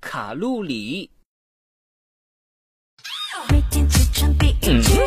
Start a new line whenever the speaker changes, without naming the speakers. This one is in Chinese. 卡路里。
每天起床第一句